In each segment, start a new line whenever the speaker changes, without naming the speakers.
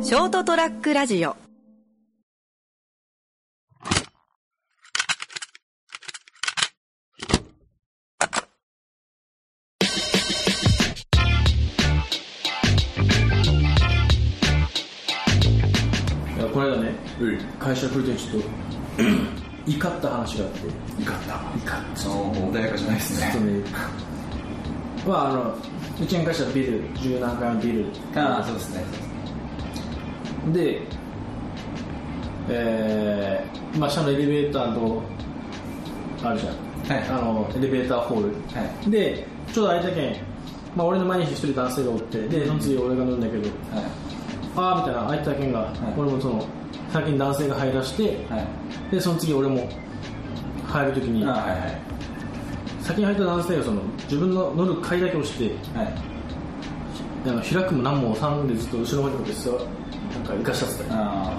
ショートトラックラジオ
いやこの間ね、会社来る時ちょっと 怒った話があって
怒った怒ったその穏やかじゃないです
ちょっと
ね
ねまああのうちの会社はビル十何階のビル
ああそうですね
でえー、まあ社のエレベーターのとこあるじゃん、
はい
あのエレベーターホール、
はい
でちょうど空いたけん、まあ、俺の前に一人男性がおってでその次俺が乗るんだけど
は
ああみたいな空いたけんが、
い
俺もその先に男性が入らして
いはい
でその次俺も入るときに
ああはいはい
先に入った男性がその自分の乗る階だけ押して
はい
あの開くも何も押さんでずっと後ろの方に向けて座るなんか行かしちゃってた
あ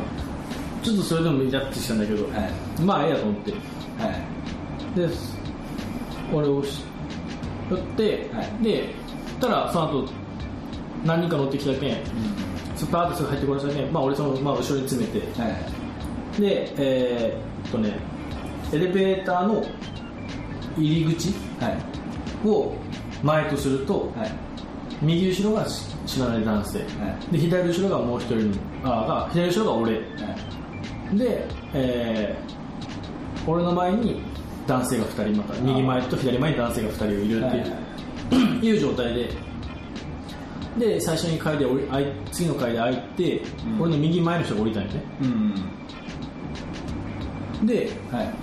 ちょっとそれでもイラッとしたんだけど、
あはい
まあええやと思ってで
はい
俺を押し寄って、
はい
でたらその後何人か乗ってきたけん
うん
スパーッとすぐ入ってこられたけん、まあ、俺その、まあ、後ろに詰めて
はい
でえーっとねエレベーターの入り口
はい
を前とすると、
はい
右後ろがし知らない男性、
い
で左後ろがもう一人のあが左後ろが俺
はい
で、えー俺の前に男性が2人また右前と左前に男性が2人をいるっていう,、 い、う状態でで最初に階で降りあい次の階で開いて、
うん
俺の右前の人が降りたんよね
うん
で
はい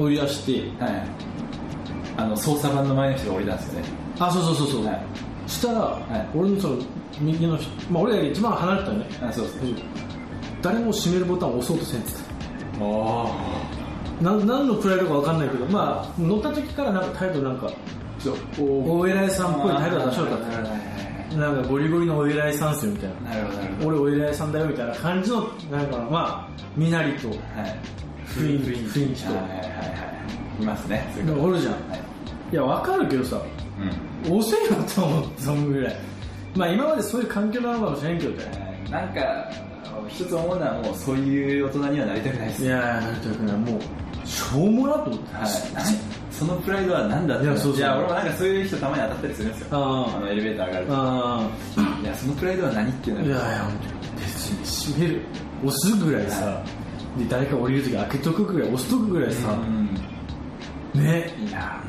降り出して
はいあの操作盤の前の人が降りたんですよね
あそうそうそうそう、
はい
したら、
い
俺のその右の人、まあ、俺らが一番離れてたよね
あそうですね
誰も閉めるボタンを押そうとせんってた
おお
なん何のプライドか分かんないけど、まあ、乗った時からなんか態度なんか
お
お偉いさんっぽい態度出しよう
な
か
るほど
っ
な
たなんかゴリゴリのお偉いさんっすよみたいな
るほどなるほど
俺お偉いさんだよみたいな感じのなんかまあ身なりと
はい
雰囲気雰囲気と
はいはいはいいますねそういう
で
方
もおるじゃん
はい
いや分かるけどさ
うん
遅いなと思ったもんぐらいまあ今までそういう環境なのかもしれんけどね
なんか一つ思うのはもうそういう大人にはなりたくないで
い
す、
やーなんていうかねもうしょうもなと思って、
はい、なんそのプライドは何だって
いやそうそう
や俺もなんかそういう人たまに当たったりするんですよ
あー
のエレベーター上がる
あ
といやそのプライドは何っていう
あい
の
やい
は
や本当に別に閉める押すぐらいさで誰か降りる時開けとくぐらい押しとくぐらいさ、
うん
ね
いや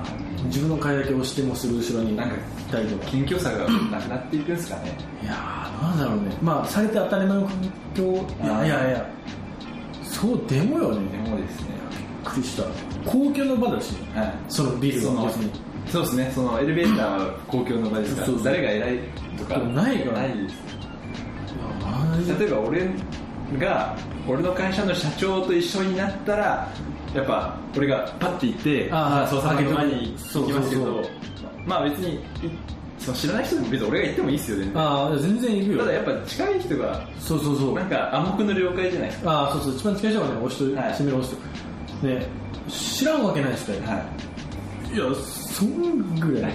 自分の階だけ押してもすぐ後ろに
なんか
態度が
謙虚さがなくなっていくんですかね
いやーなんだろうねまあされて当たり前の環境い
あ
や
ー
いやいやそうでもよ
で
ね
もですね
びっくりした公共の場だし
はい
そのビル
そ
は
の
別に
そうですねそのエレベーターは公共の場ですから
そうそう
誰が偉いとか
ないから
ないです
マジで
例えば俺が俺の会社の社長と一緒になったらやっぱ俺がパッて行って
あー
捜査の前に
そう
行きますけ
そう
ど
そう
まあ別にいその知らない人でも別に俺が行ってもいいですよね
ああ全然いるよ
ただやっぱ近い人が
そうそうそう
なんか暗黙の了解じゃないです
ああそうそう一番近い人がね押しと
はい
閉める押しとね知らんわけないしだよ
かはい
やそんぐらい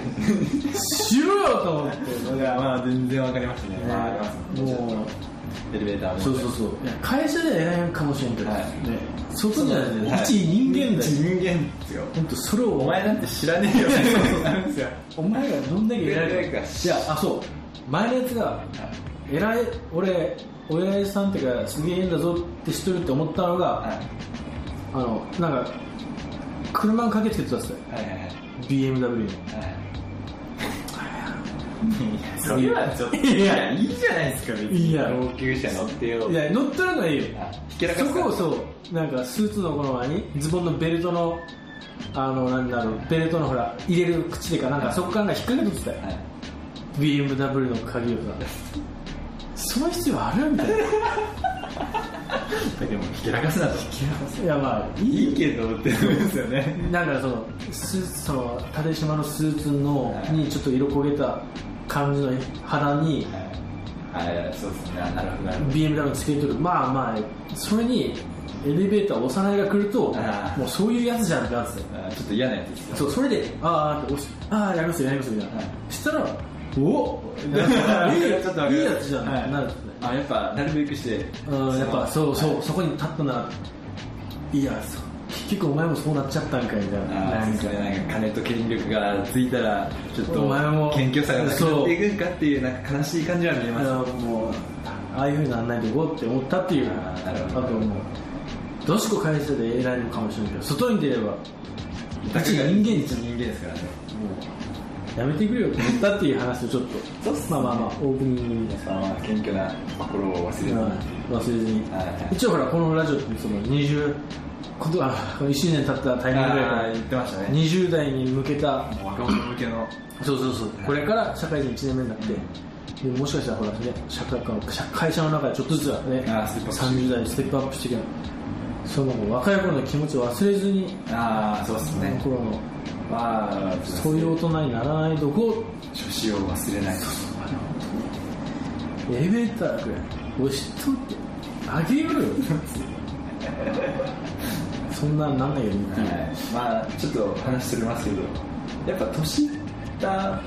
知ろよと思って
いだからまあ全然わかりますねわかりますね
もう
エレベーターも
そうそうそういや会社では偉いかもしれんけど、
はい
ね、外じゃない、
はい
一人間だ
一
よ
人間ですよ
本当それを
お
お前
前なんて知らねえよなんですよ
お前がどんだけ偉いか
偉いか
いやあそう前のやつが偉い俺お偉いさんってかすげえんだぞって知ってるって思ったのが、
はい
あのなんか車を駆けつけてたっすよ
はいはいはい
BMW
それはちょっと
い
い
や
やいいじゃないですか別に
いや
老朽車乗ってよ
のいや乗っとるのはいいよ
あひけらか
そ
す
こ
か
をそうなんかスーツのこの何ズボンのベルトのあのなんだろうベルトのほら入れる口でかなんかそこからなんか引っ掛けてたよ
はい
BMW の鍵をさその必要あるみたいな
だけどもうひけらかすなとひけらか
いやまあ
いいけどって思うんですよね
なんかそのスーツその縦縞のスーツの
はい
にちょっと色焦げた感じの肌に
はいはいそうですねあなるほどなるほ
BMW つけとるまあまあそれにエレベーターを押さないが来ると
あー
もうそういうやつじゃんってなってたよ
どあちょっと嫌なやつですよ
そうそれであーあーって押しあーやりますよやりますよみたいな、
はい
そしたらお
い
いい
やちょっとわかる
いいやつじゃん、
はい
なるってね
あやっぱなるべくして
うんやっぱそうそう、そこに立ったならいいやつ結局お前もそうなっちゃったんかいみたい
あ
な
ー
なんか
そうですねなんか金と権力がついたらちょっと
お前も
謙虚さがなくなっていくんかっていうなんか悲しい感じは見え
い
ます
やもうああいうふうにならないでいこうって思ったっていう
あーなるほ
あ
ど
ともうどしこ返してで偉いのかもしれないけど外に出ればも
だけ
人
が
間
一人間ですからね
うやめてくれよって思ったっていう話をちょっと
そうっすね
まあまあまあオープニングで
まあまあ謙虚な心を忘れずに
忘れずに、
はいはい
一応ほらこのラジオってその20ことあこの1周年経ったタイミングぐらい
あ
か
ー
ら
言ってましたね
20代に向けた
もう若者向けの
そうそうそうこれから社会人1年目になって、でもしかしたらほらね社会科社会社の中でちょっとずつはね
あーステップアップして
30代でステップアップしていけばその若い頃の気持ちを忘れずに
ああそうです
その
ね
頃の
まあ
そういう大人にならないとこ
初心を忘れない
エレベーターくらい押しとってあげるよそんなんなんないよねっていう、
はい、まあちょっと話しれますけどやっぱ年いった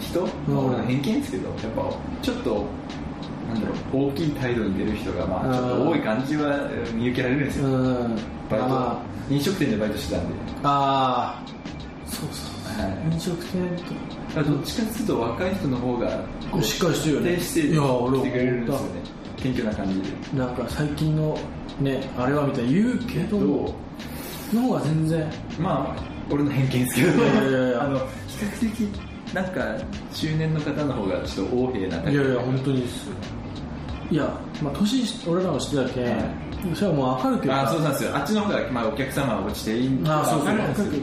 人、まあ俺の偏見ですけどやっぱちょっとなんだろう大きい態度に出る人がまあちょっと多い感じはえー見受けられるんですよ
うん
バイト、
ま
飲食店でバイトしてたんで、
ああーそうそう
は
飲食店とか
い、だからどっちかっていうと若い人の方がこう
しっかりしてるよね
安定して
いや俺
来
は
てくれるんですよね謙虚な感じで
なんか最近のねあれはみたいに言うけど
ど
の方が全然
まあ俺の偏見ですけど
いやいやいや
あの比較的なんか中年の方の方がちょっと横柄な
い
感じ
やいや本当にですよいや、まあ、年し俺らが知ってたけ、
は
それはもう分かるけど
あそうなんですよあっちの方が、まあ、お客様は落ちていいん
あそうそう
わかるんですけど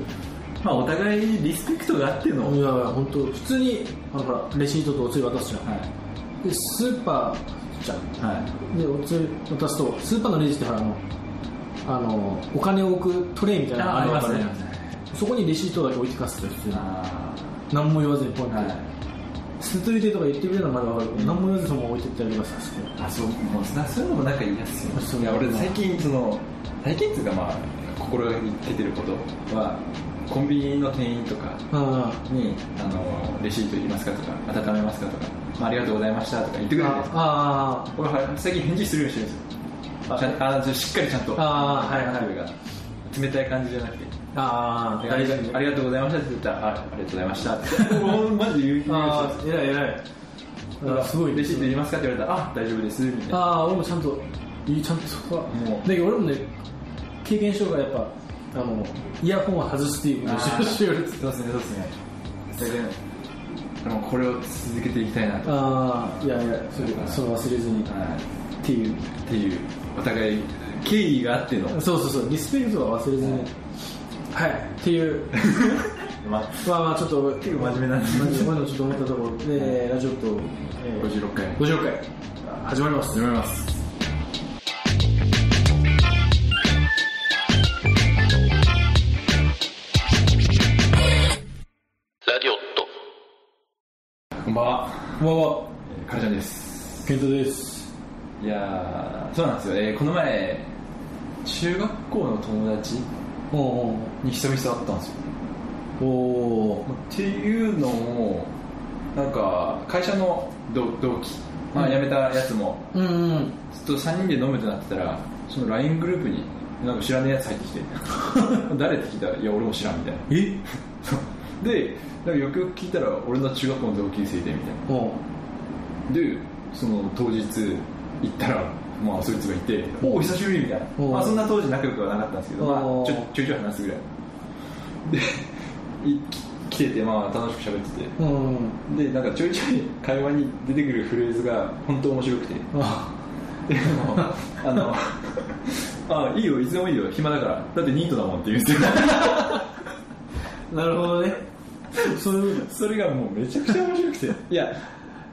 まあお互いリスペクトがあっての、
いやいや本当普通にあのほらレシートとお釣り渡すじゃん、
い
でスーパーじゃん
はい
でお釣り渡すとスーパーのレジってほらあのあのお金を置くトレイみたいなの
あります
か
ね
らそこにレシートだけ置いてかすって普通に
あ
何も言わずにポン
ー
って、
はい
捨てといてとか言ってくれるのはまだわかるけど何も言わずそのまま置いてったりとかさせて
あそうもうなそういうのもなんか嫌っすよ
そう
いや俺最近その最近っていうかまあ心がけてることはコンビニの店員とか
あ
にあのレシートいりますかとか温めますかとか、まあ、ありがとうございましたとか言ってくれるじゃないですか
ああ
俺は最近返事するようにしてるんですよ
あ
ちゃんあーしっかりちゃんと
あーはいはい
それが冷たい感じじゃなくて
あああ
あり
大
が
丈
あ
夫
りがとうございましたって言ったら、あありがとうございましたって。 もうマジで言う気が
ああ偉い偉いあすごい
レシートいりますかって言われたら、あ、大丈夫です、みたいな。
ああ俺もちゃんといいちゃんとそこは
もう
だけど俺もね経験障害やっぱあのイヤホンは外すっていうことをしてる
そうですね、そうですね。それで、でもこれを続けていきたいなと。は
ああいやいやそれその忘れずに
い
っていう
っていう、お互い、敬意があっての。
そうそうそうリスペクトは忘れずにはいって いう
まあ、
まあまあちょっと
結構真面目なんで
真面目なのちょっと思ったところでラジオと、えー
56回。
50回始まります
始めます。
ラディオット。
こんばんは。
こんばんは
かるちゃんです。
健太です
いやーそうなんですよ。えーこの前、中学校の友達
おお
に久々会ったんですよ。
おお
っていうのもなんか会社の同同期、まあ、辞めたやつも
うんうん
ずっと3人で飲むってなってたらその LINE グループになんか知らねえやつ入ってきて 誰って聞いたら「いや俺も知らん」みたいな
え
そう でなんかよくよく聞いたら俺の中学校の同級生でみたい
おお
なでその当日行ったらまあそいつがいて「おお久しぶり」みたいな、
おう
まあ、そんな当時仲良くはなかったんですけど、まあ
おう、
ちょちょいちょい話すぐらいでい来ててまあ楽しく喋ってて
うんうん
でなんかちょいちょい会話に出てくるフレーズが本当面白くて
あ
でもあの「あいいよいつでもいいよ暇だからだってニートだもん」って言うんですよ
なるほどねそういうこ
それがもうめちゃくちゃ面白くていや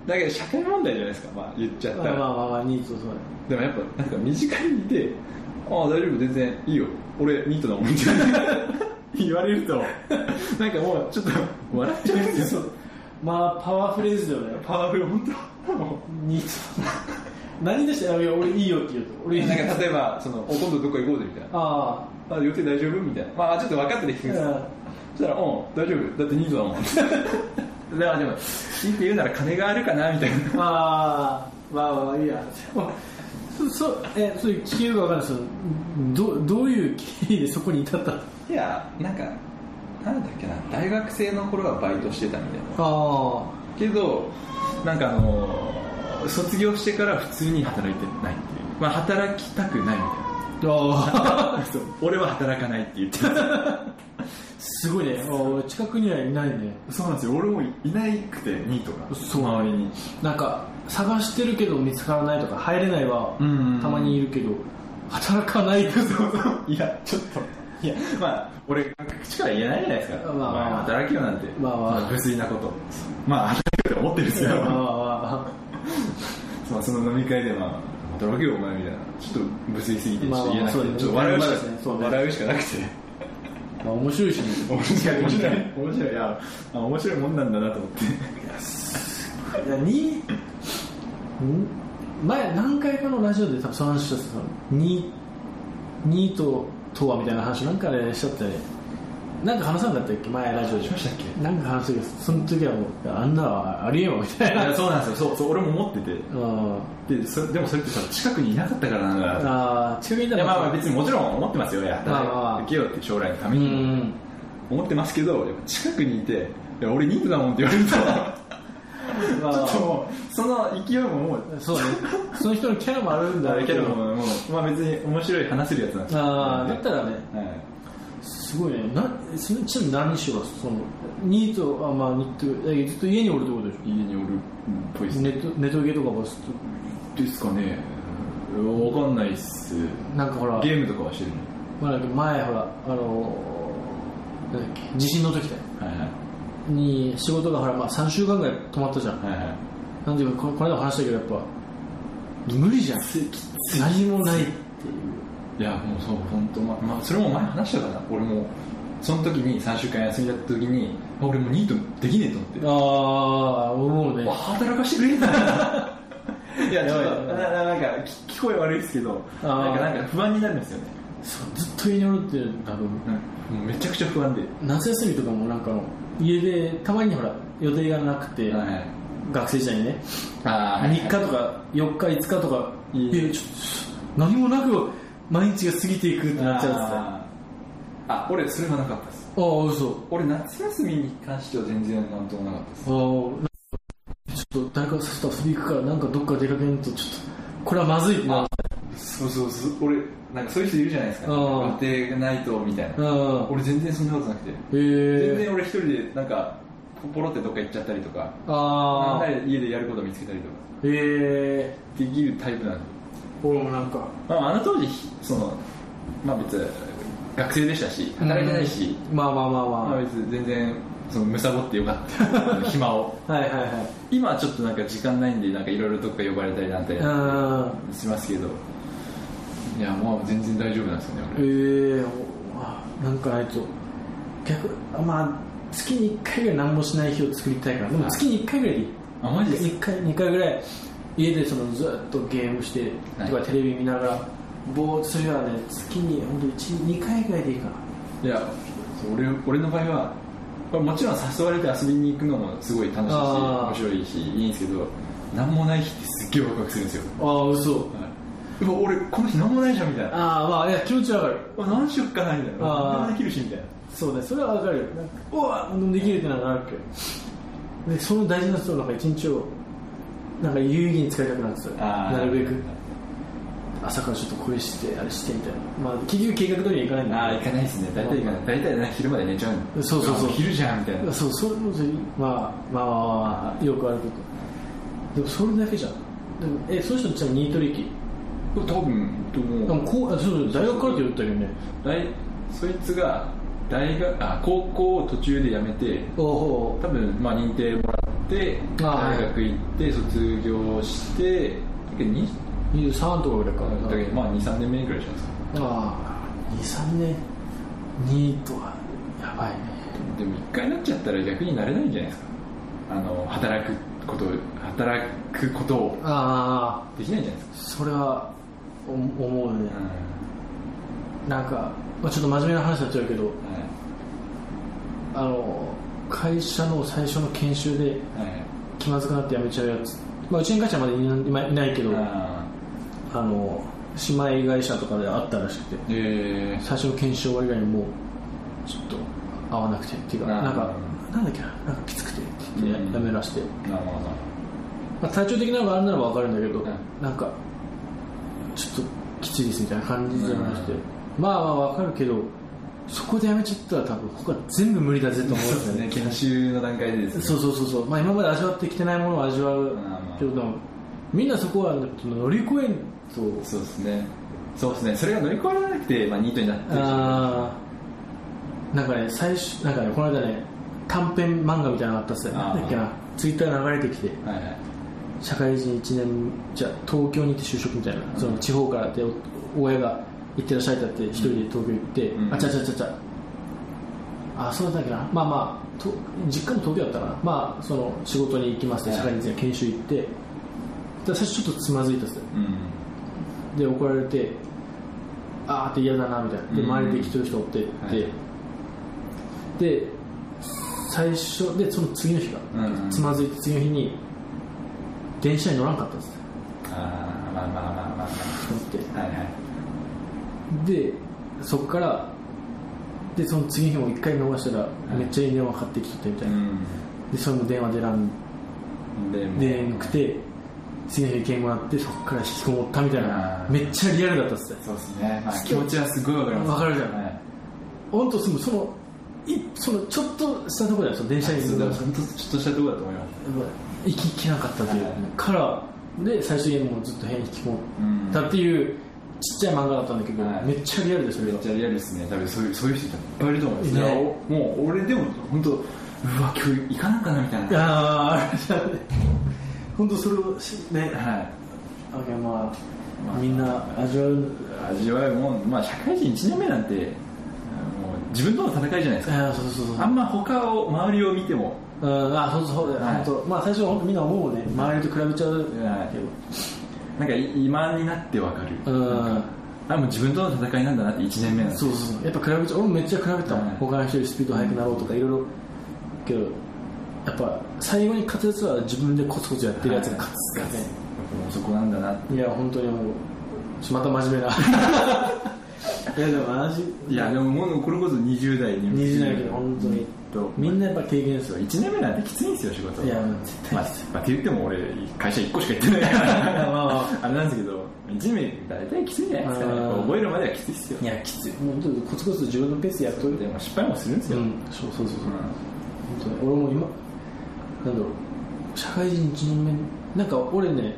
だけど社会問題じゃないですか、まあ、言っちゃっ
と
た
まあま
ら
あまあまあニートそう
でもやっぱなんか身近にいて「ああ大丈夫全然いいよ俺ニートだもん」って 言われるとなんか もうちょっと笑っちゃうんですよ
まあパワーフレーズだよね
パワフル本当もう
ニート 何でしたいや俺いいよって言うと俺いい
なんか例えばそのお今度どこ行こうぜみたいな
あ
あ予定大丈夫みたいな、まあ、ちょっと分かってて聞くんですよ、
うん
そしたら「うん大丈夫だってニートだもん」だからでも強いて言うなら金があるかなみたいな
あーまあまあまあいいやそそえそういう理由が分からないですよどどういう経緯でそこに至ったあ
いやなんかなんだっけな大学生の頃はバイトしてたみたいな
あ
けどなんかあの卒業してから普通に働いてないっていうまあ働きたくないみ たい
あ
なそう俺は働かないって言って
すごいねあ俺近くにはいないね
そうなんですよ俺もいないくて2位とか
そう
周りに
なんか探してるけど見つからないとか入れないは
うんうんうん
たまにいるけど働かないです
いやちょっといやまあ俺口から言えないじゃないです
ま
か、
あまあ
働けよなんて、
まあまあ
そんな無粋なことまあ働けよって思ってるんです
まあ
よ、
まあま
まあ、その飲み会でまあ働けよお前みたいなちょっと無粋すぎてち
ま
ょ
あ
っ
まあ
と言えなくて、
そうね
ちょっと笑うし
そう
か
ですねそうね
笑うしかなくて
あまあ面白いしね
面白い面白い面白いいやあ面白いもんなんだなと思って
いやにん前何回かのラジオで多分その話しちゃってたのににととはみたいな話なんかでしちゃったよねなんか話さなかったっけ前ラジオで
しましたっけ
なんか話したけどその時はもうあんなはありえんわみたい
い
な
やそうなんですよそうそう俺も思って
うん
てでそでもそれってさ近くにいなかったからなんだな
ああ近くにいた
いや
ら
まあまあ別にもちろん思ってますよ、いや
まあまあ
働けよって将来のた
う
めに
ん
思ってますけど、やっぱ近くにいて、いや俺、ニートだもんって言われると、
まあまあ
ちょっともう、 その勢いももう、
そうねその人のキャラもあるんだ
だ
ろう
けども、もうまあ、別に面白い話せるやつなんですよ
ああだったらね
はい
すごいねなそれちなみに何しろそのニートあまあニートえずっと家におるってことでしょ
家におるっぽいっす
ネ
ね。
ットネットゲーとかもずっ
ですかね、わかんないっす。
となんかほら
ゲームとかはしてる
まあなんか前ほらあのーなんだっけ地震の時だよ
の。はいはい。
に仕事がほらまあ3週間ぐらい止まったじゃん
はいはい。
なんていうかここの間も話したけどやっぱ無理じゃん何もないっていう
いやもうそう本当ままあそれも前話したかな俺もその時に3週間休みだった時にあ俺もうニートできねえと思って
ああ思うね
わ働かしてくれんだ いやちょっ
やば
と
いやばい
なななんか聞聞こえ悪いですけど
あー
なんかなんか不安になるんですよね
そうずっと家におるって多分
なんかもうめちゃくちゃ不安で
夏休みとかもなんか家でたまにほら予定がなくて、
はい
学生時代にね
あ
3日とか4日5日とか、
いい
えちょっと何もなく毎日が過ぎていくってなっちゃうってさ
あーあ俺それはなかったです
ああ嘘
俺夏休みに関しては全然なんともなかったです
ああなんかちょっと誰か誘った遊び行くからなんかどっか出かけんとちょっとこれはまずいな
そうそうそう俺なんかそういう人いるじゃないですか
うん
予定がないとみたいな
うん
俺全然そんなことなくて
へ
全
え
然俺一人でなんかポロってどっか行っちゃったりとかなん
あ
な
あ
ら家でやること見つけたりとか
へえ
できるタイプなんで、
俺もなんか
まあ、あの当時そのまあ別に学生でしたし働いてないし、
うんまあまあまあま
まあ別に全然そのむさぼってよか った暇を
あはいはいはい
今はちょっとなんか時間ないんでなんかいろいろどっか呼ばれたりなんたり
うん
しますけどいやもう全然大丈夫なんですよね
ええあなんかないと逆あまあ月に1回ぐらい何もしない日を作りたいからでも月に1回ぐらいでいい
俺あマジですか
1回2回ぐらい家でそのずっとゲームして、
はい
とかテレビ見ながらぼーっとするよはね月に本当12回ぐらいでいいかない
や俺俺の場合はまあもちろん誘われて遊びに行くのもすごい楽しいし
あー
面白いしいいんですけど何もない日ってすっげえワクワクするんですよ、
ああ嘘
はい、うわ俺この日何もないじゃんみたいな
ああまあいや気持ちわかる
うわ何しよっかなみたいな
あー
何でもできるしみたいな
そうねそれはわかるよなんかうわできるってなんかあるけどでその大事な人のなんか一日をなんか有意義に使いたくなってた
ー
なるべく朝からちょっとこれしてあれしてみたいな、まあ、結局計画通りにはいかないん
ああ
だ
行かないですね大体行かない大体ね昼まで寝ちゃうの
そうそうそう
わも昼じゃんみたいな
けどそうそれもぜまあまあまあまあよくあることでもそれだけじゃんでもえそういう人ってちなみにニート歴
多分と
で
思う
もこうあそうそう大学からって言ったけどね
大そいつが大学あ高校を途中で辞めて
おお
多分まあ認定もらって
あー
大学行って卒業してだけどに
23とかぐらいか
だけどまあ23年目ぐらいじゃないですか
ああ23年ニートはやばいね
でも1回なっちゃったら逆になれないんじゃないですかあの働くこと働くことを
あ
できないんじゃないです
あそれはお思うね
か、
なんか、まあ、ちょっと真面目な話になっちゃうけど
うんはい
あの会社の最初の研修で
はい
気まずくなって辞めちゃうやつ、まあ、うちの会社はまだいないいないけど
あ
あの姉妹会社とかであったらしくて
ーえ
最初の研修終わりぐらいにもうちょっと合わなくてっていうか
あー
なんかなんだっけななんかきつくてって言っ
うん
てやめらして、
ーなるほど
まあ、体調的なのがあるならわかるんだけど、
うん
なんかちょっときついですみたいな感じじゃなくて、まあまあわかるけどそこでやめちゃったら多分他全部無理だぜと思うん
そう
で
ですす
よね
ね研修の段階でですね
そうそうそうそう、まあ、今まで味わってきてないものを味わうけど、みんなそこは乗り越えんと
そうですねそうですねそれが乗り越えられなくて、まあ、ニートになってるし
あーなんかね最初なんかねこの間ね短編漫画みたいなのがあったっすよね
あ
な
ー
んだっけなツイッター流れてきて
はいはい
社会人1年じゃあ東京に行って就職みたいな、その地方からでお親が行ってらっしゃいってなって一人で東京行って、
うん
あちゃちゃちゃちゃあそうだったっけなまあまあと実家も東京だったかなまあその仕事に行きますね社会人1年研修行ってだから最初ちょっとつまずいたっすよ
うん
で怒られてあーって嫌だなみたいなで
うん
周りで来てる人おってって、
はい
で最初でその次の日が、
うんうん
つまずいて次の日に電車に乗らんかったんです
あーまあまあまあまあま
っ
あはいはい
てでそこからでその次の日も一回逃したら、
い
めっちゃいい電話買ってきとってみた
う
いな、
ん
でそれも電話出らん
でも
出なくて次の日券もらってそこから引きこもったみたいな
あー
めっちゃリアルだったっすね
そうですね、まあ、気持ちはすごいわかります
わかるじゃん
はい
本当そのそのいそのちょっとしたところだよその電車に
そ
乗
うだ
る
から本当ちょっとしたところだと思います
行ききれなかったという、
はい
からで最終的にもうずっと部屋に引きこもったっていうちっちゃい漫画だったんだけど、
はい
めっちゃリアルでそれ
め
が
っちゃリアルですね多分そういうそういう人いっぱいいると思うんです
ね
よ、いやおもう俺でも本当うわ今日行かなかなみたいなは
あーあれだね本当それをしね
い
あいやま
ま
あ
あ
みんな味わう
味わいもん、まあ、社会人1年目なんてもう自分との戦いじゃないですか
あーそうそうそう
あんま他を周りを見ても
うんあそうそうそうだよ、
はい
本当まあ最初は本当みんな思うね周りと比べちゃう
はい
けど
なんかい今になってわかる
うん
あもう自分との戦いなんだなって1年目なんです
そうそうそうやっぱ比べちゃう俺もめっちゃ比べたもん、
はい
他の人よりスピード速くなろうとかいろいろけどやっぱ最後に勝つやつは自分でコツコツやってるやつが勝つからね、
もうそこなんだなって
い、や本当にもうまた真面目な いやでもマジ
いやでももうこれこそ20代に
20代だけど本当に
と
みんなやっぱ経験ですよ
1年目なんてきついんですよ仕事
いや絶対
まあまあって言っても俺会社1個しか行ってないから
まあま
あれなんですけど1年大体きついんじゃないですかね
うん
覚えるまではきついっすよ
いやきついもう本当にコツコツ自分のペースでやっとる
でも失敗もするんです
う
よ、
んそうそうそうそう、
うん
本当に俺も今なんだろう社会人1年目なんか俺ね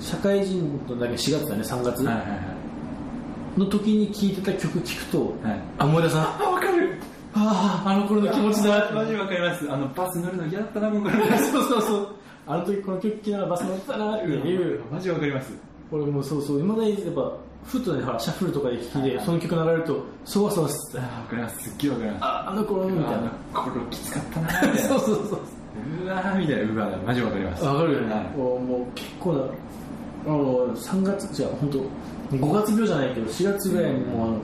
社会人のだけ4月だね3月、
はいはい
の時に聴いてた曲聴くと、
はいはい
あ思い出さんあ
あわかる
ああの頃の気持ちだ
マジわかりますあのバス乗るの嫌だったなもうこれ
そうそうそうあの時この曲聴きながらバス乗ってたなっていう
マジわかります
俺もそうそういまだにやっぱふとねほらシャッフルとかで聴いて、
はいはい
その曲流れるとそわそわして
あわかりますすっげえわかります
ああの頃のみたいな
あこれきつかったなみたい な
そうそうそう
うわーみたいなうわーマジわかります
わかるよね、
はい
もうもう結構なあの3月じゃ本当5月病じゃないけど4月ぐらいにもうあの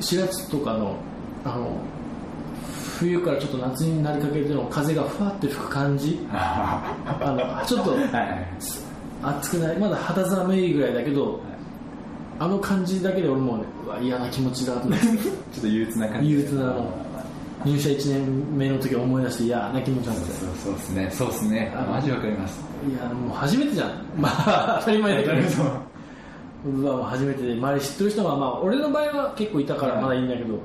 4月とかのあの冬からちょっと夏になりかけての風がふわって吹く感じ
あ
あのちょっと
ーはいはいはい
暑くないまだ肌寒いぐらいだけどあの感じだけで俺もうねうわ嫌な気持ちだと思って
ちょっと憂鬱な感じ
憂鬱なの入社1年目の時思い出して嫌な気持ちなん
そう
ですよ
そうそうですねそうですね
あ
マジわかります
いやもう初めてじゃんまあ当たり前だけど
そう
うわ初めてで周り知ってる人はまあ俺の場合は結構いたからまだいいんだけど、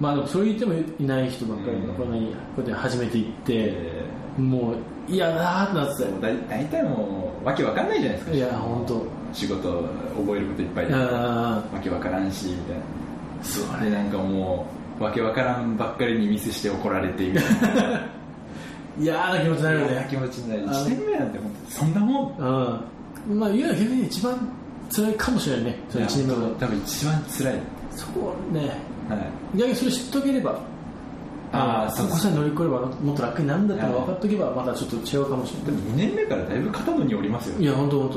まあでもそう言ってもいない人ばっかりで、
うん
こんなにこうやって初めて行って、
え
もう嫌だーってなってた
ー
よ
もうだい大体もうわけわかんないじゃないですか
いや本当
仕事覚えることいっぱいでわ
あ
けわからんしみたいな
あそ
でなんかもうわけわからんばっかりにミスして怒られてみ たいな
れ嫌な気持ちになるよ
嫌な
ね
気持ちになる
あの
1年目なんて本当にそんなもん
うんまあ言うのは逆に一番辛いかもしれないねその1年目
いや
の
多分一番辛いはい
そこはね逆にそれ知っとければ
ああ
そ
そうで
こ
す
さえ乗り越えればもっと楽になるんだってのが分かっとけばまだちょっと違うかもしれない
でも2年目からだいぶ肩の荷降りますよ
い
ね
や本当本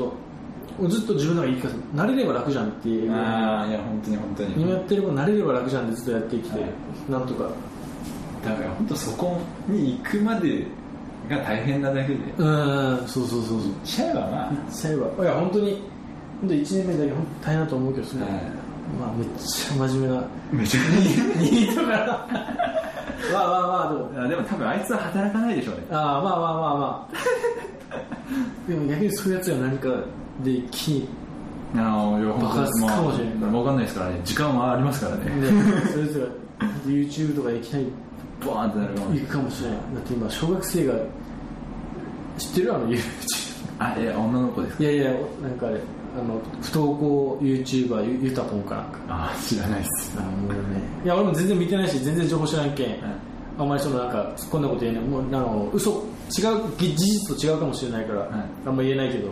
当ずっと自分の中で言い聞かせ慣れれば楽じゃんっていう
ああいや本当に本当に
今やってること慣れれば楽じゃんってずっとやってきて、
はい
なんとか
だから本当そこに行くまでが大変なだけで
うんそうそうそうそう
しちゃえばまあ、
最後はいや本当に本当1年目だけ本当大変だと思うけどそれ、
はい
まあめっちゃ真面目な
めちゃく
ニートから まあまあまあでも
ちゃでも多分あいつは働かないでしょうね
ああまあまあまあま あでも逆にそういうやつが何かで一気に
ああいや
爆発かもしれない
まあわかんないですからね時間はありますからね
ね、それぞれ YouTube とかいきなり
ボーンってなるかもし
行
れ
くかもしれないだって今小学生が知ってるあの YouTube
ないあえ女の子ですか
いやいやなんかあれあの不登校 YouTuber ゆゆたぽんかなんか
ああ知らないっす
あもうねいや俺も全然見てないし全然情報知らんけん、
はい
あんまりそのなんかこんなこと言えないもうあの嘘違うぎ事実と違うかもしれないから、
はい
あんま言えないけど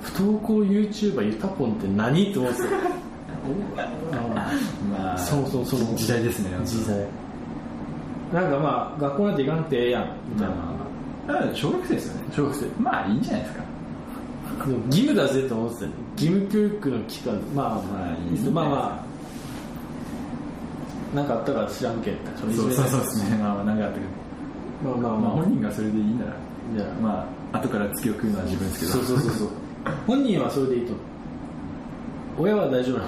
不登校 YouTuber ゆたぽんって何って思うんですよ あー
まあ
そうそうそう
時代ですね
時代なんかまあ学校なんて行かなくてええやんみたいな
まあだから小学生ですよね
小学生
まあいいんじゃないですか
でも義務だぜと思ってたよ義務教育の期間まあま
ま
あ
あいいね
まあまあなんかあったから知らんけんそれいじめ
ですねまあまあなんかあったけど
まあまあ
まあ
ま
本人がそれでいいなら
あじゃあ
まあ後から月を食うのは自分ですけど
そうそうそうそう本人はそれでいいと思う親は大丈夫な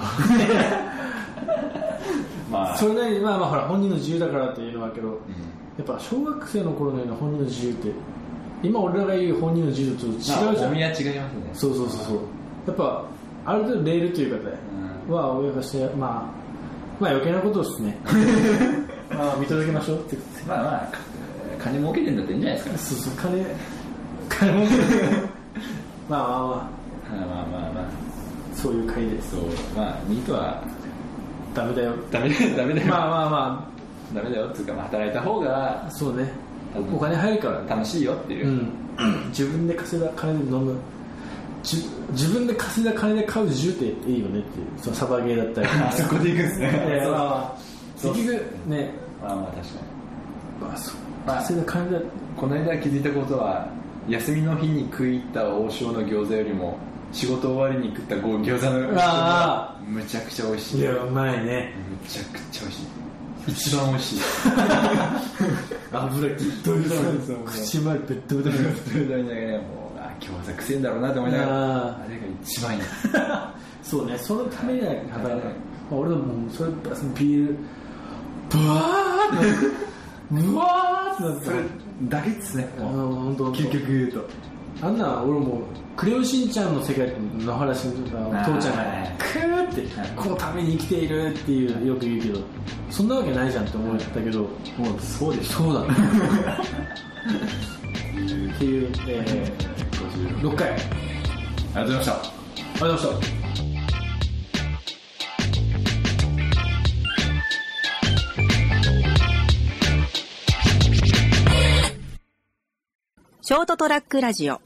ま
の
あ
それなりにまあまあほら本人の自由だからっていうのはあるけど
うん
やっぱ小学生の頃のような本人の自由って今俺らが言う本人の自由とちょっと違うじゃん
まあ重みは違いますね
そうそうそうそうやっぱある程度レールというかねは親がしてまあまあ余計なことです ねまあ見届けましょうって
うんまあまあか金儲けてんだっていいんじゃないですか
そうそう金金持ってるまあまあま
まあまあまあまあ
あそういう会です
そうまあニートは
ダメだよ
ダメだよダメだよ、
まあまあま
ダメだよっていうかまあ働いた方が
あそうね
うん
お金入るからね
楽しいよっていうう、
ん自分で稼いだ金で飲むじ自分で稼いだ金で買う銃っていいよねっていうそのサバゲーだ ったり
あそこでいくんですね
いやいやまあまあ
そう
結局ね
まあまあ確かに
まあそう
まあ
稼いだ金で
この間気づいたことは休みの日に食い入った王将の餃子よりも仕事終わりに食ったご餃子の
あ
むちゃくちゃ美味しい
いや
む
うまいね
ちゃくちゃ美味しい一番美味しい
油きっとりだもん口周りベッドベトになって
それだけねもうあ餃子くせえんだろうなって思いなが
あ
ら
ー
あれが一番いい
そうねそのためには働かない、
はい
まあ、俺はもうそれビールブワー ってブワーってなって
それだけですね
あの本当
究極言うと
あんな俺もうクレヨンしんちゃんの世界の野原しんちゃんの
あー
父ちゃんが
はい
クーって、
はい
このために生きているっていうよく言うけどそんなわけないじゃんって思ったけど、
もうそうでし
そうだねっていう、えー、6回あり
ありがとうございました
がとうございました
ショートトラックラジオ